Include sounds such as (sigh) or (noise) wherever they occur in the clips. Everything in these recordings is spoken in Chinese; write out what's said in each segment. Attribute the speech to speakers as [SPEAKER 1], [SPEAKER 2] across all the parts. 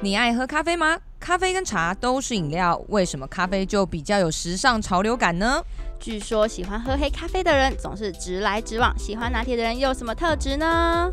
[SPEAKER 1] 你爱喝咖啡吗？咖啡跟茶都是饮料，为什么咖啡就比较有时尚潮流感呢？
[SPEAKER 2] 据说喜欢喝黑咖啡的人总是直来直往，喜欢拿铁的人又有什么特质呢？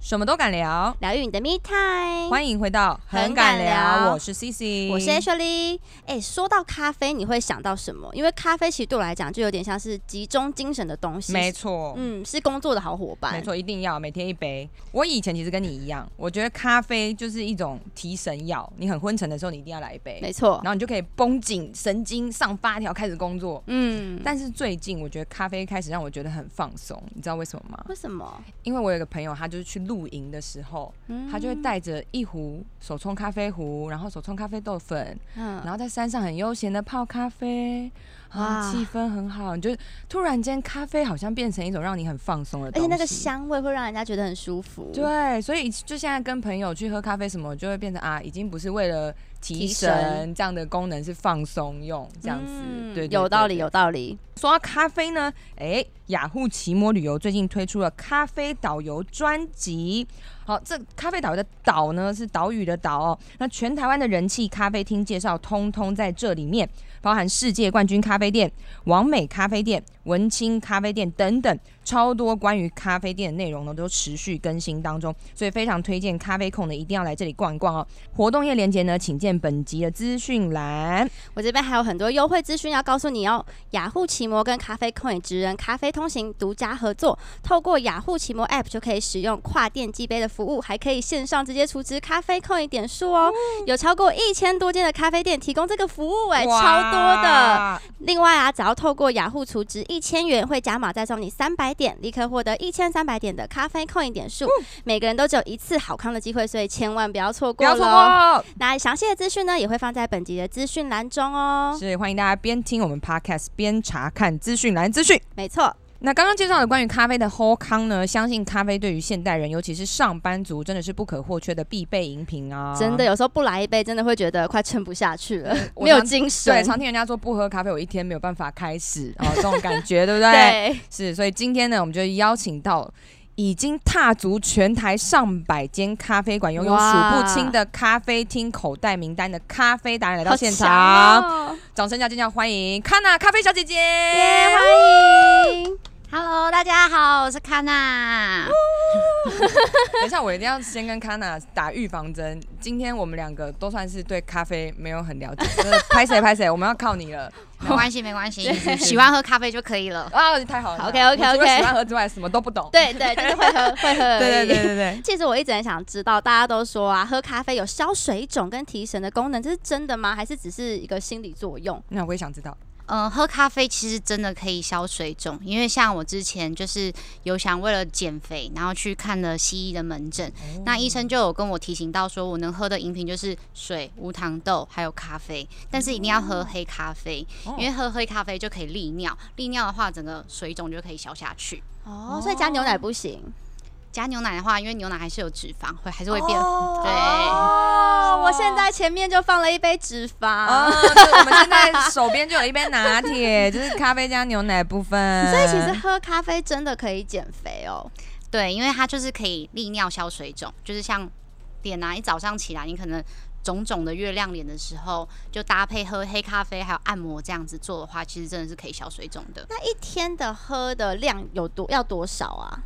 [SPEAKER 1] 什么都敢聊，
[SPEAKER 2] 疗愈你的 me time。
[SPEAKER 1] 欢迎回到
[SPEAKER 2] 很敢聊
[SPEAKER 1] 我是 C C，
[SPEAKER 2] 我是 Ashley。哎、说到咖啡，你会想到什么？因为咖啡其实对我来讲，就有点像是集中精神的东西。
[SPEAKER 1] 没，错，
[SPEAKER 2] 嗯，是工作的好伙伴。
[SPEAKER 1] 没，错，一定要每天一杯。我以前其实跟你一样，我觉得咖啡就是一种提神药，你很昏沉的时候，你一定要来一杯，
[SPEAKER 2] 没错
[SPEAKER 1] 然。后你就可以绷紧神经，上发条开始工作。
[SPEAKER 2] 嗯，
[SPEAKER 1] 但是最近我觉得咖啡开始让我觉得很放松，你知道为什么吗？
[SPEAKER 2] 为什么？
[SPEAKER 1] 因为我有一个朋友，他就是去露营的时候，
[SPEAKER 2] 嗯
[SPEAKER 1] 他就会，带着一壶手冲咖啡壶，然后手冲咖啡豆粉，
[SPEAKER 2] 嗯，
[SPEAKER 1] 然后在山上很悠闲的泡咖啡，啊，
[SPEAKER 2] 哇
[SPEAKER 1] 气氛很好，你就突然间咖啡好像变成一种让你很放松的
[SPEAKER 2] 而
[SPEAKER 1] 东
[SPEAKER 2] 且
[SPEAKER 1] 西，
[SPEAKER 2] 那个。香味会让人家觉得很舒服。
[SPEAKER 1] 对，啊所以就现在跟朋友去喝咖啡什么，就会变成啊，已经不是为了提
[SPEAKER 2] 提
[SPEAKER 1] 神
[SPEAKER 2] 神
[SPEAKER 1] 这样的功能，是放松用这样子。
[SPEAKER 2] 嗯
[SPEAKER 1] 对对
[SPEAKER 2] 有道理，
[SPEAKER 1] 对
[SPEAKER 2] 有道理。
[SPEAKER 1] 说到咖啡呢，诶，雅虎奇摩旅游最近推出了咖啡导游专辑。好，这咖啡导游的岛呢是岛屿的岛哦。那全台湾的人气咖啡厅介绍，通通在这里面，包含世界冠军咖啡店、王美咖啡店、文青咖啡店等等，超多关于咖啡店的内容呢都持续更新当中，所以非常推荐咖啡控呢一定要来这里逛一逛哦。活动页链接呢，请见本集的资讯栏。
[SPEAKER 2] 我这边还有很多优惠资讯要告诉你哦。雅虎奇摩跟咖啡控也职人咖啡通行独家合作，透过雅虎奇摩 App 就可以使用跨店寄杯的服务，还可以线上直接储值咖啡控一点数哦。
[SPEAKER 1] 嗯
[SPEAKER 2] 有超过一千多间的咖啡店提供这个服务、哎，超多的。
[SPEAKER 1] 哇，
[SPEAKER 2] 另外啊，只要透过雅虎储值一千元，会加码再送你三百点，立刻获得一千三百点的咖啡控一点数。
[SPEAKER 1] 嗯
[SPEAKER 2] 每个人都只有一次好康的机会，所以千万不要错
[SPEAKER 1] 不
[SPEAKER 2] 过
[SPEAKER 1] 要错
[SPEAKER 2] 了哦。
[SPEAKER 1] 过。
[SPEAKER 2] 那详细的资讯呢，也会放在本集的资讯栏中哦。
[SPEAKER 1] 是欢迎大家边听我们 podcast 边查看资讯栏资讯。
[SPEAKER 2] 没错，
[SPEAKER 1] 那刚刚介绍的关于咖啡的 whole 康呢，相信咖啡对于现代人，尤其是上班族，真的是不可或缺的必备饮品啊！
[SPEAKER 2] 真的，有时候不来一杯，真的会觉得快撑不下去了，
[SPEAKER 1] 我
[SPEAKER 2] (laughs) 没有
[SPEAKER 1] 常
[SPEAKER 2] 精神
[SPEAKER 1] 对，。常听人家说不喝咖啡，我一天没有办法开始哦，这种感 (laughs) 觉，对不对？
[SPEAKER 2] 对，
[SPEAKER 1] 是，所以今天呢，我们就邀请到已经踏足全台上百间咖啡馆，拥有数
[SPEAKER 2] 哇
[SPEAKER 1] 不清的咖啡厅口袋名单的咖啡达人来到
[SPEAKER 2] 好
[SPEAKER 1] 现
[SPEAKER 2] 强
[SPEAKER 1] 场，
[SPEAKER 2] 哦
[SPEAKER 1] 掌声加尖叫欢迎康娜咖啡小姐姐，
[SPEAKER 2] (laughs) 耶，欢迎！
[SPEAKER 3] Hello，大家好，我是康娜。
[SPEAKER 1] (laughs) 等一下，我一定要先跟 Kana 打预防针。今天我们两个都算是对咖啡没有很了解，真的拍谁拍谁，我们要靠你了。
[SPEAKER 3] 没关系，没关系，喜欢喝咖啡就可以了。
[SPEAKER 1] 啊，太好了
[SPEAKER 2] 好
[SPEAKER 1] 太好了
[SPEAKER 2] OK，OK，OK
[SPEAKER 1] 我除了喜欢喝之外，什么都不懂。
[SPEAKER 2] 对对，就是会 (laughs) 喝，会喝而已。
[SPEAKER 1] 对对对对对。
[SPEAKER 2] 其实我一直很想知道，大家都说啊，喝咖啡有消水肿跟提神的功能，这是真的吗？还是只是一个心理作用？
[SPEAKER 1] 那我也想知道，
[SPEAKER 3] 嗯，喝咖啡其实真的可以消水肿，因为像我之前就是有想为了减肥，然后去看了西医的门诊，那医生就有跟我提醒到说，我能喝的饮品就是水、无糖豆还有咖啡，但是一定要喝黑咖啡，
[SPEAKER 1] 哦
[SPEAKER 3] 因为喝黑咖啡就可以利尿，利尿的话整个水肿就可以消下去。
[SPEAKER 2] 哦，所以加牛奶不行。
[SPEAKER 3] 加牛奶的话，因为牛奶还是有脂肪，会还是会变。
[SPEAKER 2] 哦
[SPEAKER 3] 对
[SPEAKER 2] 哦，我现在前面就放了一杯脂
[SPEAKER 1] 啊，
[SPEAKER 2] 肪，
[SPEAKER 1] 对我们现在手边就有一杯拿铁，就是咖啡加牛奶部分。
[SPEAKER 2] 所以其实喝咖啡真的可以减肥哦。
[SPEAKER 3] 对，因为它就是可以利尿消水肿，就是像脸啊，你早上起来你可能肿肿的月亮脸的时候，就搭配喝黑咖啡还有按摩这样子做的话，其实真的是可以消水肿的。
[SPEAKER 2] 那一天的喝的量有多要多少
[SPEAKER 1] (laughs)
[SPEAKER 2] 啊？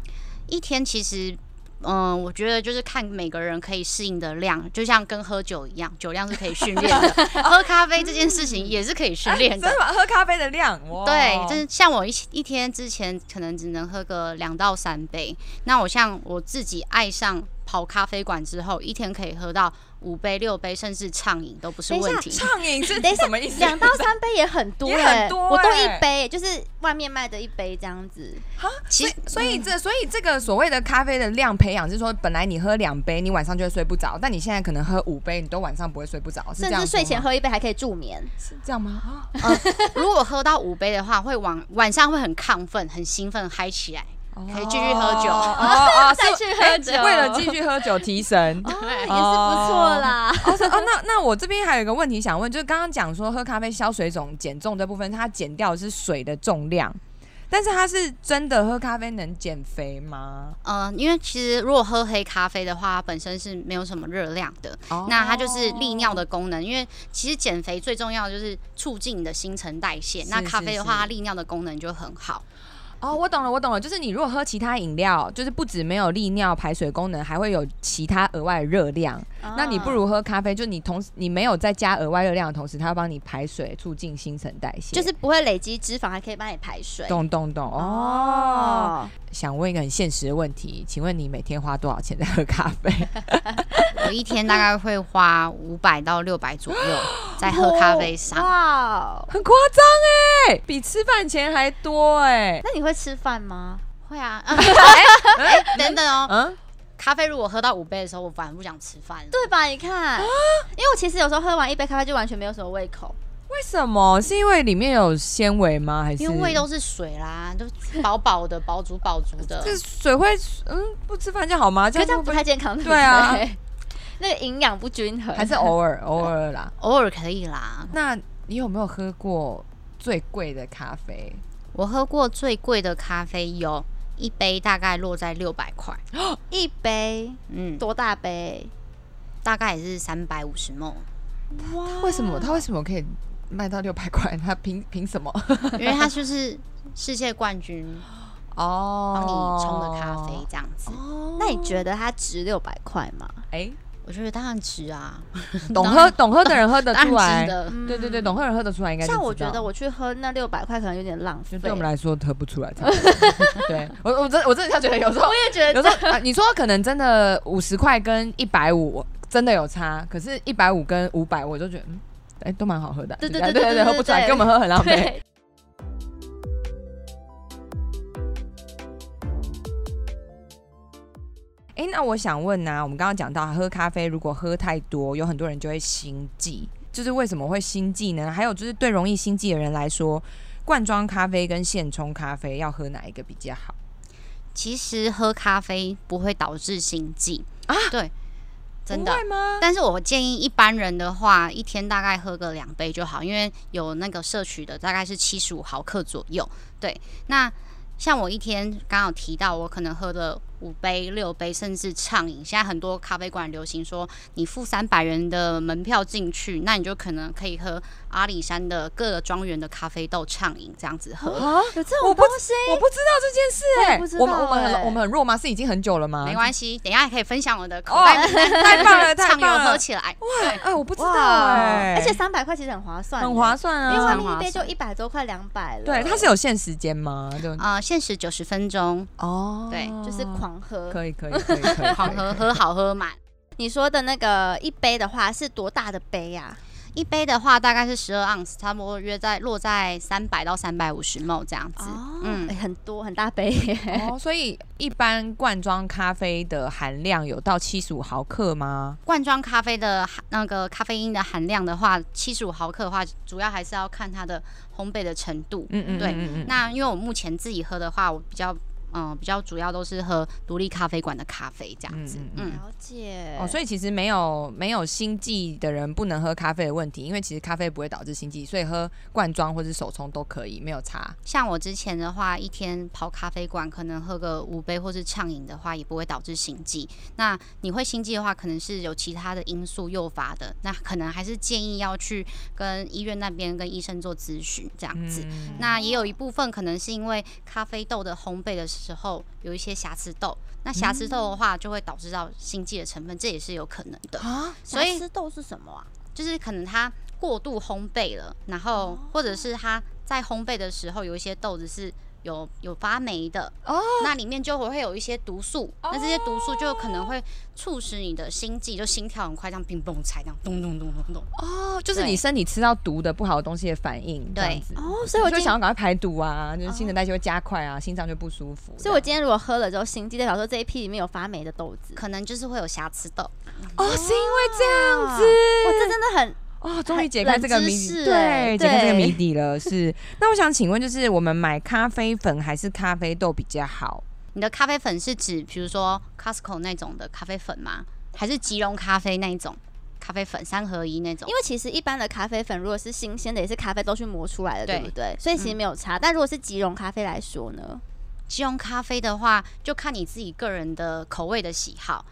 [SPEAKER 3] 一天其实。嗯，我觉得就是看每个人可以适应的量，就像跟喝酒一样，酒量是可以训练的， (laughs) 喝咖啡这件事情也是可以训练
[SPEAKER 1] (laughs)
[SPEAKER 3] 的
[SPEAKER 1] 真。的吗喝咖啡的量，哇
[SPEAKER 3] 对，就是像我一一天之前可能只能喝个两到三杯，那我像我自己爱上跑咖啡馆之后，一天可以喝到五杯、六杯，甚至畅饮都不是
[SPEAKER 2] 等一
[SPEAKER 3] 问
[SPEAKER 2] 下
[SPEAKER 3] 题。 (laughs)
[SPEAKER 1] 畅饮是
[SPEAKER 2] 等一下
[SPEAKER 1] 什么意思？
[SPEAKER 2] 两到三杯也很多、欸，
[SPEAKER 1] 也很多欸
[SPEAKER 2] 我都一杯，就是外面卖的一杯这样子。
[SPEAKER 3] 其实嗯
[SPEAKER 1] 所以这所以这个所谓的咖啡的量培养是说，本来你喝两杯，你晚上就会睡不着，但你现在可能喝五杯，你都晚上不会睡不着，是这
[SPEAKER 2] 甚
[SPEAKER 1] 样
[SPEAKER 2] 至
[SPEAKER 1] 说
[SPEAKER 2] 睡前
[SPEAKER 1] 吗
[SPEAKER 2] 喝一杯还可以助眠，
[SPEAKER 1] 是这样
[SPEAKER 3] (laughs)
[SPEAKER 1] 吗？啊
[SPEAKER 3] 呃如果喝到五杯的话，会晚晚上会很亢奋、很兴奋、嗨起来。可以继续喝酒
[SPEAKER 1] 哦
[SPEAKER 3] (laughs)
[SPEAKER 1] 哦，哦
[SPEAKER 2] 再去喝
[SPEAKER 1] 是
[SPEAKER 2] 酒
[SPEAKER 1] 哎为了继续喝酒提神。
[SPEAKER 2] 哦、也是不错啦。
[SPEAKER 1] 哦，是哦那那我这边还有一个问题想问，就是刚刚讲说喝咖啡消水肿、减重这部分，它减掉的是水的重量，但是它是真的喝咖啡能减肥吗？
[SPEAKER 3] 嗯，因为其实如果喝黑咖啡的话，它本身是没有什么热量的，
[SPEAKER 1] 哦
[SPEAKER 3] 那它就是利尿的功能。因为其实减肥最重要的就是促进你的新陈代谢，
[SPEAKER 1] 是
[SPEAKER 3] 那咖啡的话，
[SPEAKER 1] 是是
[SPEAKER 3] 它利尿的功能就很好。
[SPEAKER 1] 哦，我懂了，我懂了，就是你如果喝其他饮料，就是不止没有利尿排水功能，还会有其他额外的热量。
[SPEAKER 2] 哦啊
[SPEAKER 1] 那你不如喝咖啡，就你同时你没有再加额外热量的同时，它会帮你排水，促进新陈代谢。
[SPEAKER 2] (laughs) 就是不会累积脂肪，还可以帮你排水。
[SPEAKER 1] 懂懂懂哦。
[SPEAKER 2] 哦，
[SPEAKER 1] 想问一个很现实的问题，请问你每天花多少钱在喝咖啡？ (laughs)
[SPEAKER 3] 我一天大概会花五百到六百左右在喝咖啡上。
[SPEAKER 2] 哇哦，
[SPEAKER 1] 很夸张哎，比吃饭钱还多哎、
[SPEAKER 2] 那你会吃饭吗？
[SPEAKER 3] 会啊， (laughs) 哎哎等等哦，
[SPEAKER 1] 嗯，
[SPEAKER 3] 咖啡如果喝到五杯的时候，我反而不想吃饭了。
[SPEAKER 2] 对吧？你看，啊因为我其实有时候喝完一杯咖啡就完全没有什么胃口。
[SPEAKER 1] 为什么？是因为里面有纤维吗？还是
[SPEAKER 3] 因为胃都是水啦，都饱饱的、饱足饱足
[SPEAKER 1] (laughs)
[SPEAKER 3] 的。
[SPEAKER 1] 这水会嗯不吃饭就好吗？
[SPEAKER 2] 可
[SPEAKER 1] 这
[SPEAKER 2] 是
[SPEAKER 1] 样
[SPEAKER 2] 这样
[SPEAKER 1] 会
[SPEAKER 2] 不
[SPEAKER 1] 会
[SPEAKER 2] 太健康，对不
[SPEAKER 1] 对啊
[SPEAKER 2] 对， (laughs) 那个营养不均衡。
[SPEAKER 1] 还是哦偶
[SPEAKER 2] (laughs)
[SPEAKER 1] 尔偶尔啦。
[SPEAKER 3] 偶尔可以啦。
[SPEAKER 1] 那你有没有喝过最贵的咖啡？
[SPEAKER 3] 我喝过最贵的咖啡有一杯大概落在六百块，
[SPEAKER 2] 一杯
[SPEAKER 3] 嗯，
[SPEAKER 2] 多大杯？
[SPEAKER 3] 大概也是三百五十梦，
[SPEAKER 1] 为什么它为什么可以卖到六百块？ (laughs) 它凭凭什么？
[SPEAKER 3] 因为它就是世界冠军
[SPEAKER 1] 哦，
[SPEAKER 3] 帮你冲的咖啡这样子，
[SPEAKER 1] 哦
[SPEAKER 2] 那你觉得它值六百块吗？
[SPEAKER 1] 哎、
[SPEAKER 3] 我觉得当然值啊，
[SPEAKER 1] 懂喝懂喝的人喝得
[SPEAKER 3] 当
[SPEAKER 1] 出
[SPEAKER 3] 然值
[SPEAKER 1] 来。
[SPEAKER 3] 得。
[SPEAKER 1] 对对对，懂喝的人喝得出来，应该就
[SPEAKER 2] 像我
[SPEAKER 1] 知道
[SPEAKER 2] 觉得我去喝那六百块可能有点浪
[SPEAKER 1] 就
[SPEAKER 2] 费。
[SPEAKER 1] 对我们来说喝不出来。
[SPEAKER 2] (laughs)
[SPEAKER 1] (laughs) 对我我真我真的觉得有时候
[SPEAKER 2] 我也觉
[SPEAKER 1] 有
[SPEAKER 2] 得
[SPEAKER 1] 时候、啊、你说可能真的五十块跟一百五真的有差，可是一百五跟五百我就觉得嗯，哎、都蛮好喝的。
[SPEAKER 2] 对
[SPEAKER 1] 对
[SPEAKER 2] 对
[SPEAKER 1] 对
[SPEAKER 2] 对对对
[SPEAKER 1] 喝不出来，
[SPEAKER 2] 对
[SPEAKER 1] 给我们喝很浪费。
[SPEAKER 2] (laughs) 对。
[SPEAKER 1] 哎、那我想问呢、我们刚刚讲到喝咖啡，如果喝太多，有很多人就会心悸，就是为什么会心悸呢？还有就是对容易心悸的人来说，罐装咖啡跟现冲咖啡要喝哪一个比较好？
[SPEAKER 3] 其实喝咖啡不会导致心悸
[SPEAKER 1] 啊
[SPEAKER 3] 对，真的
[SPEAKER 1] 不。会吗？
[SPEAKER 3] 但是我建议一般人的话，一天大概喝个两杯就好，因为有那个摄取的大概是七十五毫克左右。对，那像我一天刚好提到，我可能喝了五杯、六杯，甚至畅饮。现在很多咖啡馆流行说，你付三百元的门票进去，那你就可能可以喝阿里山的各个庄园的咖啡豆畅饮这样子喝。
[SPEAKER 1] 啊，
[SPEAKER 2] 有这
[SPEAKER 1] 我
[SPEAKER 2] 种
[SPEAKER 1] 不
[SPEAKER 2] 东西，
[SPEAKER 1] 我不知道这件事哎、
[SPEAKER 2] 我也不知道
[SPEAKER 1] 我们我们很
[SPEAKER 2] 欸
[SPEAKER 1] 我们很弱吗？是已经很久了吗？
[SPEAKER 3] 没关系，等一下也可以分享我的口
[SPEAKER 1] 哦
[SPEAKER 3] 袋名单，
[SPEAKER 1] 太棒
[SPEAKER 3] (laughs)
[SPEAKER 1] 了，太
[SPEAKER 3] 畅
[SPEAKER 1] 棒
[SPEAKER 3] 游喝
[SPEAKER 1] 了！
[SPEAKER 3] 起来。
[SPEAKER 1] 哇，哎，我不知道
[SPEAKER 2] 哇
[SPEAKER 1] 哎、
[SPEAKER 2] 而且三百块其实很划算，
[SPEAKER 1] 很划，算
[SPEAKER 2] 因
[SPEAKER 1] 啊。
[SPEAKER 2] 为外
[SPEAKER 3] 很
[SPEAKER 2] 面
[SPEAKER 3] 划
[SPEAKER 2] 一杯就
[SPEAKER 3] 算
[SPEAKER 2] 一百多块，两百了。
[SPEAKER 1] 对，它是有限时间吗？就
[SPEAKER 3] 呃，限时九十分钟，
[SPEAKER 1] 哦，
[SPEAKER 3] 对
[SPEAKER 2] 啊就是狂喝。
[SPEAKER 1] 嗯可以可以可以可
[SPEAKER 2] (laughs)
[SPEAKER 1] 以
[SPEAKER 3] 狂喝喝好喝满。
[SPEAKER 2] 你说的那个一杯的话是多大的杯啊呀、
[SPEAKER 3] 一杯的话大概是十二盎司，差不多约在落在三百到三百五十 ml 这样子。
[SPEAKER 2] 嗯、
[SPEAKER 3] 嗯，
[SPEAKER 2] 很多很大杯耶，
[SPEAKER 1] (laughs) 哦，所以一般罐装咖啡的含量有到七十五毫克吗？
[SPEAKER 3] 罐装咖啡的含那个咖啡因的含量的话，七十五毫克的话，主要还是要看它的烘焙的程度。
[SPEAKER 1] 嗯嗯，
[SPEAKER 3] 对
[SPEAKER 1] 嗯嗯
[SPEAKER 3] 那因为我目前自己喝的话，我比较嗯、比较主要都是喝独立咖啡馆的咖啡这样子。
[SPEAKER 1] 嗯嗯
[SPEAKER 2] (laughs)
[SPEAKER 3] 嗯
[SPEAKER 2] 了解。
[SPEAKER 1] 哦，所以其实没有没有心悸的人不能喝咖啡的问题，因为其实咖啡不会导致心悸，所以喝罐装或是手冲都可以，没有差。
[SPEAKER 3] 像我之前的话，一天跑咖啡馆，可能喝个五杯或是畅饮的话，也不会导致心悸。那你会心悸的话，可能是有其他的因素诱发的，那可能还是建议要去跟医院那边跟医生做咨询这样子。
[SPEAKER 1] 嗯
[SPEAKER 3] 那也有一部分可能是因为咖啡豆的烘焙的时候有一些瑕疵豆，那瑕疵豆的话就会导致到心悸的成分，这也是有可能的。
[SPEAKER 1] 啊，
[SPEAKER 3] 所以
[SPEAKER 2] 吃豆是什么啊？
[SPEAKER 3] 就是可能它过度烘焙了，然后或者是它在烘焙的时候有一些豆子是有有发霉的，
[SPEAKER 1] 哦，
[SPEAKER 3] 那里面就会有一些毒素，那这些毒素就可能会促使你的心悸，就心跳很快，这样乒乓踩，这样咚咚咚咚咚。
[SPEAKER 1] 哦，就是
[SPEAKER 3] 对
[SPEAKER 1] 你身体吃到毒的不好的东西的反应，这样
[SPEAKER 3] 对
[SPEAKER 1] 子。
[SPEAKER 2] 哦，所
[SPEAKER 1] 所以
[SPEAKER 2] 以我
[SPEAKER 1] 我就
[SPEAKER 2] 今天
[SPEAKER 1] 想要赶快排毒啊，就是新陈代谢会加快啊，心脏就不舒服。
[SPEAKER 2] 所以我今天如果喝了之后心悸，代表说这一批里面有发霉的豆子。
[SPEAKER 3] 可能就是会有瑕疵豆，
[SPEAKER 1] 哦，是因为这样子，
[SPEAKER 2] 哇，这真的很
[SPEAKER 1] 哦，终于解开这个谜底，
[SPEAKER 2] 冷知识
[SPEAKER 1] 对，
[SPEAKER 2] 哎
[SPEAKER 1] 解开这个
[SPEAKER 2] 对
[SPEAKER 1] 谜底了。是，那我想请问，就是我们买咖啡粉还是咖啡豆比较好？
[SPEAKER 3] 你的咖啡粉是指比如说 Costco 那种的咖啡粉吗？还是吉隆咖啡那一种？咖啡粉三合一那种
[SPEAKER 2] 因。为其实一般的咖啡粉，如果是新鲜的，也是咖啡豆去磨出来的，对
[SPEAKER 3] 对
[SPEAKER 2] 不对？所以
[SPEAKER 1] 嗯
[SPEAKER 2] 其实没有差。但如果是即溶咖啡来说呢，
[SPEAKER 3] 即溶咖啡的话，就看你自己个人的口味的喜好。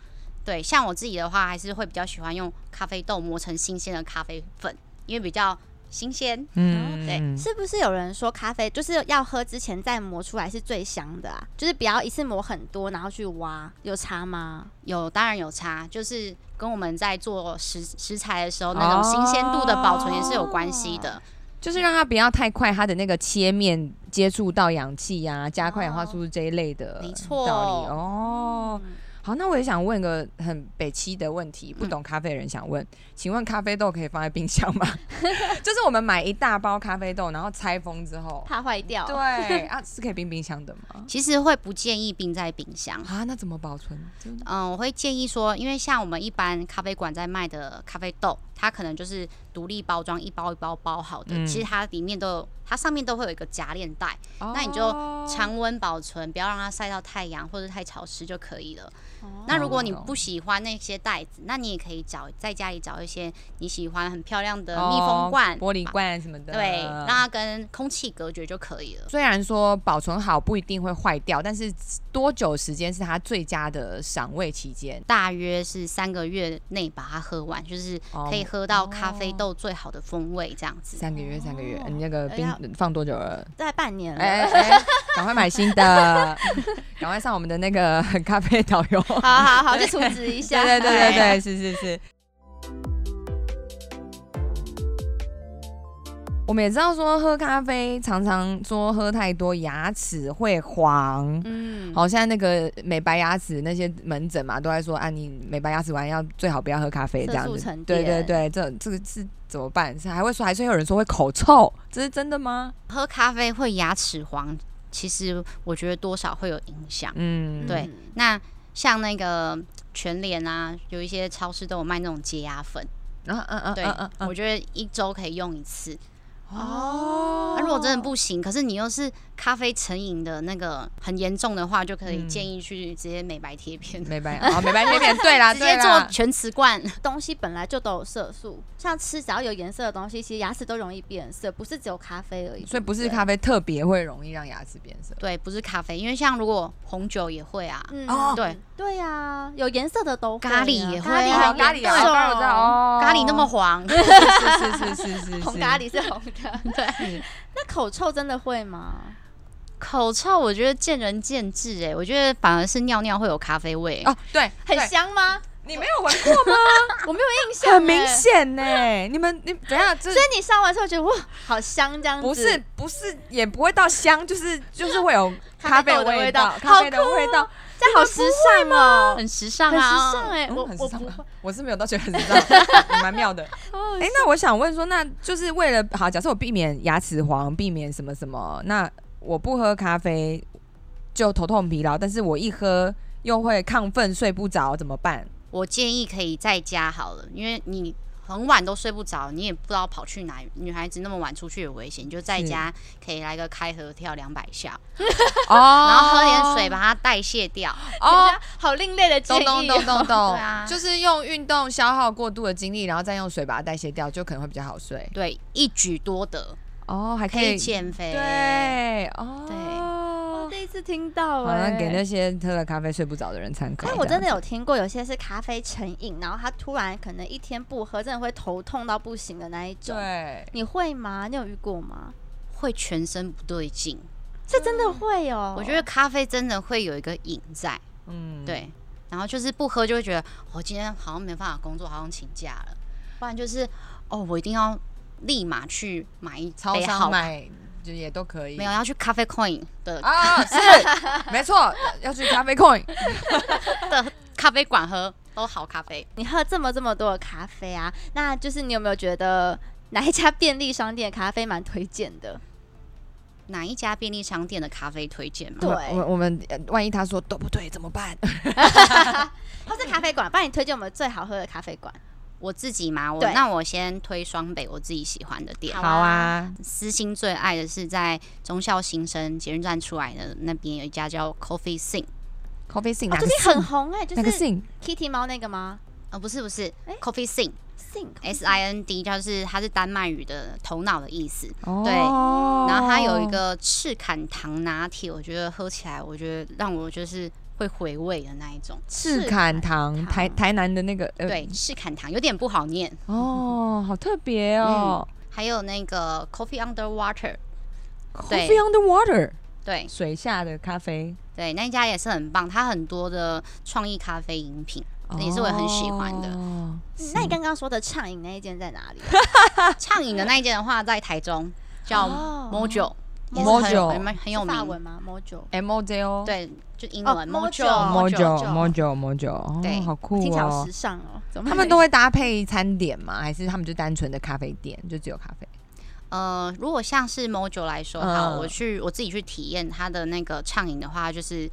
[SPEAKER 3] 对，像我自己的话，还是会比较喜欢用咖啡豆磨成新鲜的咖啡粉，因为比较新鲜。
[SPEAKER 1] 嗯，
[SPEAKER 3] 对
[SPEAKER 1] 嗯
[SPEAKER 2] 是不是有人说咖啡就是要喝之前再磨出来是最香的啊？就是不要一次磨很多，然后去挖，有差吗？
[SPEAKER 3] 有当然有差，就是跟我们在做食食材的时候那种新鲜度的保存也是有关系的。
[SPEAKER 1] 就是让它不要太快，它的那个切面接触到氧气呀、加快氧
[SPEAKER 2] 哦
[SPEAKER 1] 化速度这一类的
[SPEAKER 3] 没错
[SPEAKER 1] 道理哦。
[SPEAKER 2] 嗯
[SPEAKER 1] 好，那我也想问个很北七的问题，不懂咖啡的人想问，请问咖啡豆可以放在冰箱吗？ (laughs) 就是我们买一大包咖啡豆，然后拆封之后，
[SPEAKER 2] 怕坏掉。
[SPEAKER 1] 对啊，是可以冰冰箱的吗？ (laughs)
[SPEAKER 3] 其实会不建议冰在冰箱。
[SPEAKER 1] 啊，那怎么保存？真的
[SPEAKER 3] 嗯，我会建议说，因为像我们一般咖啡馆在卖的咖啡豆，它可能就是独立包装，一包一包包好的。
[SPEAKER 1] 嗯
[SPEAKER 3] 其实它里面都有，它上面都会有一个夹链袋，那你就
[SPEAKER 1] 哦
[SPEAKER 3] 常温保存，不要让它晒到太阳或者太潮湿就可以了。
[SPEAKER 2] 哦
[SPEAKER 3] 那如果你
[SPEAKER 1] 懂
[SPEAKER 3] 不喜欢那些袋子，那你也可以找在家里找一些你喜欢很漂亮的
[SPEAKER 1] 哦
[SPEAKER 3] 密封罐、
[SPEAKER 1] 玻璃
[SPEAKER 3] 把，
[SPEAKER 1] 罐什么的，
[SPEAKER 3] 对，让它跟空气隔绝就可以了。
[SPEAKER 1] 虽然说保存好不一定会坏掉，但是多久时间是它最佳的赏味期间？
[SPEAKER 3] 大约是三个月内把它喝完，就是可以
[SPEAKER 1] 哦
[SPEAKER 3] 喝到咖啡豆最好的风味这样子。
[SPEAKER 1] 三个月，三个月，
[SPEAKER 2] 哦
[SPEAKER 1] 你那个
[SPEAKER 2] 哎
[SPEAKER 1] 冰
[SPEAKER 2] 呀
[SPEAKER 1] 放多久
[SPEAKER 3] (laughs)
[SPEAKER 1] 了？
[SPEAKER 2] 在半年了。
[SPEAKER 1] 哎哎，哎赶快买新的， (laughs) 赶快上我们的那个咖啡导游。
[SPEAKER 2] 好好
[SPEAKER 1] (laughs)
[SPEAKER 2] 好，去处置一下。哎
[SPEAKER 1] 对对对 (laughs) 对对，是是是。我们也知道说喝咖啡常常说喝太多牙齿会黄，
[SPEAKER 2] 嗯，
[SPEAKER 1] 好，现在那个美白牙齿那些门诊嘛，都在说啊，你美白牙齿完要最好不要喝咖啡这样
[SPEAKER 2] 色素
[SPEAKER 1] 子
[SPEAKER 2] 沉。
[SPEAKER 1] 对对
[SPEAKER 2] 淀
[SPEAKER 1] 对，这这个是怎么办？是还会说，还是会有人说会口臭，这是真的吗？
[SPEAKER 3] 喝咖啡会牙齿黄，其实我觉得多少会有影响。
[SPEAKER 1] 嗯，
[SPEAKER 3] 对那像那个全联啊，有一些超市都有卖那种洁牙粉，
[SPEAKER 1] 嗯嗯嗯
[SPEAKER 3] 对，哦
[SPEAKER 1] 嗯嗯
[SPEAKER 3] 我觉得一周可以用一次。
[SPEAKER 1] 嗯，哦
[SPEAKER 3] 那、如果真的不行，可是你又是咖啡成瘾的那个很严重的话，就可以
[SPEAKER 1] 嗯
[SPEAKER 3] 建议去直接美白贴片，
[SPEAKER 1] 美白 (laughs) 啊，美白贴片，对啦，
[SPEAKER 3] (laughs) 直接
[SPEAKER 1] 对
[SPEAKER 3] 做
[SPEAKER 1] 啦
[SPEAKER 3] 全瓷罐。
[SPEAKER 2] 东西本来就都有色素，像吃只要有颜色的东西，其实牙齿都容易变色，不是只有咖啡而已。
[SPEAKER 1] 所以不是
[SPEAKER 2] 对对
[SPEAKER 1] 咖啡特别会容易让牙齿变色。
[SPEAKER 3] 对，不是咖啡，因为像如果红酒也会啊，
[SPEAKER 2] 嗯
[SPEAKER 1] 哦
[SPEAKER 3] 对
[SPEAKER 2] 对呀、有颜色的都会啊
[SPEAKER 3] 咖喱也会
[SPEAKER 2] 咖
[SPEAKER 3] 啊
[SPEAKER 2] 喱
[SPEAKER 1] 哦
[SPEAKER 2] 很
[SPEAKER 1] 咖喱
[SPEAKER 2] 严
[SPEAKER 1] 啊，
[SPEAKER 2] 重
[SPEAKER 1] 哦我知道哦，
[SPEAKER 3] 咖喱那么
[SPEAKER 1] (laughs)
[SPEAKER 3] 黄，
[SPEAKER 1] 是是是是是是
[SPEAKER 2] 红咖，喱是红的。
[SPEAKER 1] 是
[SPEAKER 2] 那口臭真的会吗？
[SPEAKER 3] (laughs) 口臭我觉得见仁见智哎、我觉得反而是尿尿会有咖啡味。
[SPEAKER 1] 哦，对，
[SPEAKER 2] 很
[SPEAKER 1] 对，
[SPEAKER 2] 香吗？
[SPEAKER 1] 你没有闻过吗？
[SPEAKER 2] 我没有印象、
[SPEAKER 1] 很明
[SPEAKER 2] 欸。
[SPEAKER 1] 显呢，你们你等一下这
[SPEAKER 2] 所。以你上完之后觉得哇，好香这样子。
[SPEAKER 1] 不是不是，也不会到香，就是就是会有咖
[SPEAKER 2] 咖啡
[SPEAKER 1] 啡
[SPEAKER 2] 豆的
[SPEAKER 1] 味
[SPEAKER 2] 味道哦
[SPEAKER 1] 道，咖啡的味道，
[SPEAKER 2] 这样好时尚哦、
[SPEAKER 3] 很时尚
[SPEAKER 2] 很时
[SPEAKER 3] 啊！
[SPEAKER 2] 尚哎、
[SPEAKER 1] 嗯
[SPEAKER 2] 我
[SPEAKER 1] 很时
[SPEAKER 2] 我
[SPEAKER 1] 尚
[SPEAKER 2] 不
[SPEAKER 1] 啊
[SPEAKER 2] 会。
[SPEAKER 1] 我是没有到觉得很知道，蛮
[SPEAKER 2] (laughs)
[SPEAKER 1] 妙的。
[SPEAKER 2] 哦
[SPEAKER 1] 哎、那我想问说，那就是为了好，假设我避免牙齿黄，避免什么什么，那我不喝咖啡就头痛疲劳，但是我一喝又会亢奋睡不着，怎么办？
[SPEAKER 3] 我建议可以在家好了，因为你很晚都睡不着，你也不知道跑去哪。女孩子那么晚出去有危险，你就在
[SPEAKER 1] 是
[SPEAKER 3] 家可以来个开合跳两百下，
[SPEAKER 1] 哦，
[SPEAKER 3] 然
[SPEAKER 1] 然
[SPEAKER 3] 后喝点水把它代谢掉。
[SPEAKER 1] 哦
[SPEAKER 2] 等一。下，好另类的建
[SPEAKER 1] 懂
[SPEAKER 2] 议、哦
[SPEAKER 1] 懂懂懂懂
[SPEAKER 3] 对，啊
[SPEAKER 1] 就是用运动消耗过度的精力，然后再用水把它代谢掉，就可能会比较好睡。
[SPEAKER 3] 对，一举多得，
[SPEAKER 1] 哦，还
[SPEAKER 3] 可以减肥。，
[SPEAKER 1] 对，
[SPEAKER 2] 我
[SPEAKER 1] 哦，
[SPEAKER 2] 第一次听
[SPEAKER 1] 好
[SPEAKER 2] 到哎、
[SPEAKER 1] 像给那些喝了咖啡睡不着的人参考。
[SPEAKER 2] 但我
[SPEAKER 1] 这样
[SPEAKER 2] 真的有听过，有些是咖啡成瘾，然后他突然可能一天不喝，真的会头痛到不行的那一种。
[SPEAKER 1] 对，
[SPEAKER 2] 你会吗？你有遇过吗？
[SPEAKER 3] 会全身不对劲。
[SPEAKER 2] 这真的会哦、
[SPEAKER 3] 我觉得咖啡真的会有一个瘾在，
[SPEAKER 1] 嗯，
[SPEAKER 3] 对。然后就是不喝就会觉得，我、今天好像没办法工作，好像请假了。不然就是，哦，我一定要立马去买一
[SPEAKER 1] 超
[SPEAKER 3] 杯好
[SPEAKER 1] 商买就也都可以。
[SPEAKER 3] 没有要去咖啡 coin 的
[SPEAKER 1] 啊，是没错，要去咖啡 coin。
[SPEAKER 3] 的咖啡馆喝都好咖啡。
[SPEAKER 2] 你喝这么这么多的咖啡啊，那就是你有没有觉得哪一家便利商店的咖啡蛮推荐 (laughs) 的？
[SPEAKER 3] 哪一家便利商店的咖啡推荐吗？
[SPEAKER 2] 对
[SPEAKER 1] 我们我们呃万一他说都不对怎么办？
[SPEAKER 2] 或是咖啡馆，帮你推荐我们最好喝的咖啡馆。
[SPEAKER 3] 我自己嘛，我
[SPEAKER 2] 对
[SPEAKER 3] 那我先推双北我自己喜欢的店。
[SPEAKER 2] 好啊，
[SPEAKER 3] 私心最爱的是在忠孝新生捷运站出来的那边有一家叫 Coffee Sing，
[SPEAKER 1] 咖啡信
[SPEAKER 2] 哦，
[SPEAKER 1] 哪个
[SPEAKER 2] 最近
[SPEAKER 1] 信
[SPEAKER 2] 很？红哎、
[SPEAKER 1] 哪
[SPEAKER 2] 就
[SPEAKER 1] 个
[SPEAKER 2] 是
[SPEAKER 1] 信？
[SPEAKER 2] Kitty 猫那个吗？
[SPEAKER 3] 呃，不是不是、
[SPEAKER 2] 诶
[SPEAKER 3] Coffee Sing，
[SPEAKER 2] Think
[SPEAKER 3] S I N D，就是它是丹麦语的头脑的意思。对
[SPEAKER 1] 哦
[SPEAKER 3] 然后它有一个赤坎糖拿铁，我觉得喝起来，我觉得让我就是会回味的那一种。
[SPEAKER 1] 赤坎堂，
[SPEAKER 3] 糖
[SPEAKER 1] 台台南的那个，呃，
[SPEAKER 2] 嗯
[SPEAKER 3] 对，赤坎糖有点不好念。
[SPEAKER 1] 哦，好特别哦。
[SPEAKER 3] 还有那个 Coffee Underwater，对
[SPEAKER 1] Coffee on the water，
[SPEAKER 3] 对
[SPEAKER 1] 水下的咖啡，
[SPEAKER 3] 对，那一家也是很棒，它很多的创意咖啡饮品，也是我很喜欢的
[SPEAKER 1] 哦
[SPEAKER 2] 嗯那你刚刚说的畅饮那一间在哪里啊？
[SPEAKER 3] 畅饮的那一间的话，在台中叫
[SPEAKER 2] 哦
[SPEAKER 3] Mojo，也是很有
[SPEAKER 1] Mojo
[SPEAKER 3] 很很有
[SPEAKER 2] 是法文
[SPEAKER 3] 名。
[SPEAKER 2] 吗？Mojo，
[SPEAKER 1] M J O，
[SPEAKER 3] 对，就英
[SPEAKER 2] 哦
[SPEAKER 3] 文
[SPEAKER 2] Mojo
[SPEAKER 3] Mojo，
[SPEAKER 1] ，Mojo Mojo Mojo，哦
[SPEAKER 3] 对
[SPEAKER 1] 好酷
[SPEAKER 2] 听起来好
[SPEAKER 1] 哦
[SPEAKER 2] 时。尚哦。怎么
[SPEAKER 1] 他
[SPEAKER 2] 会
[SPEAKER 1] 们都会搭配餐点吗？还是他们就单纯的咖啡店，就只有咖啡？
[SPEAKER 3] 呃，如果像是 Mojo 来说哈，
[SPEAKER 1] 嗯
[SPEAKER 3] 我去我自己去体验它的那个畅饮的话，就是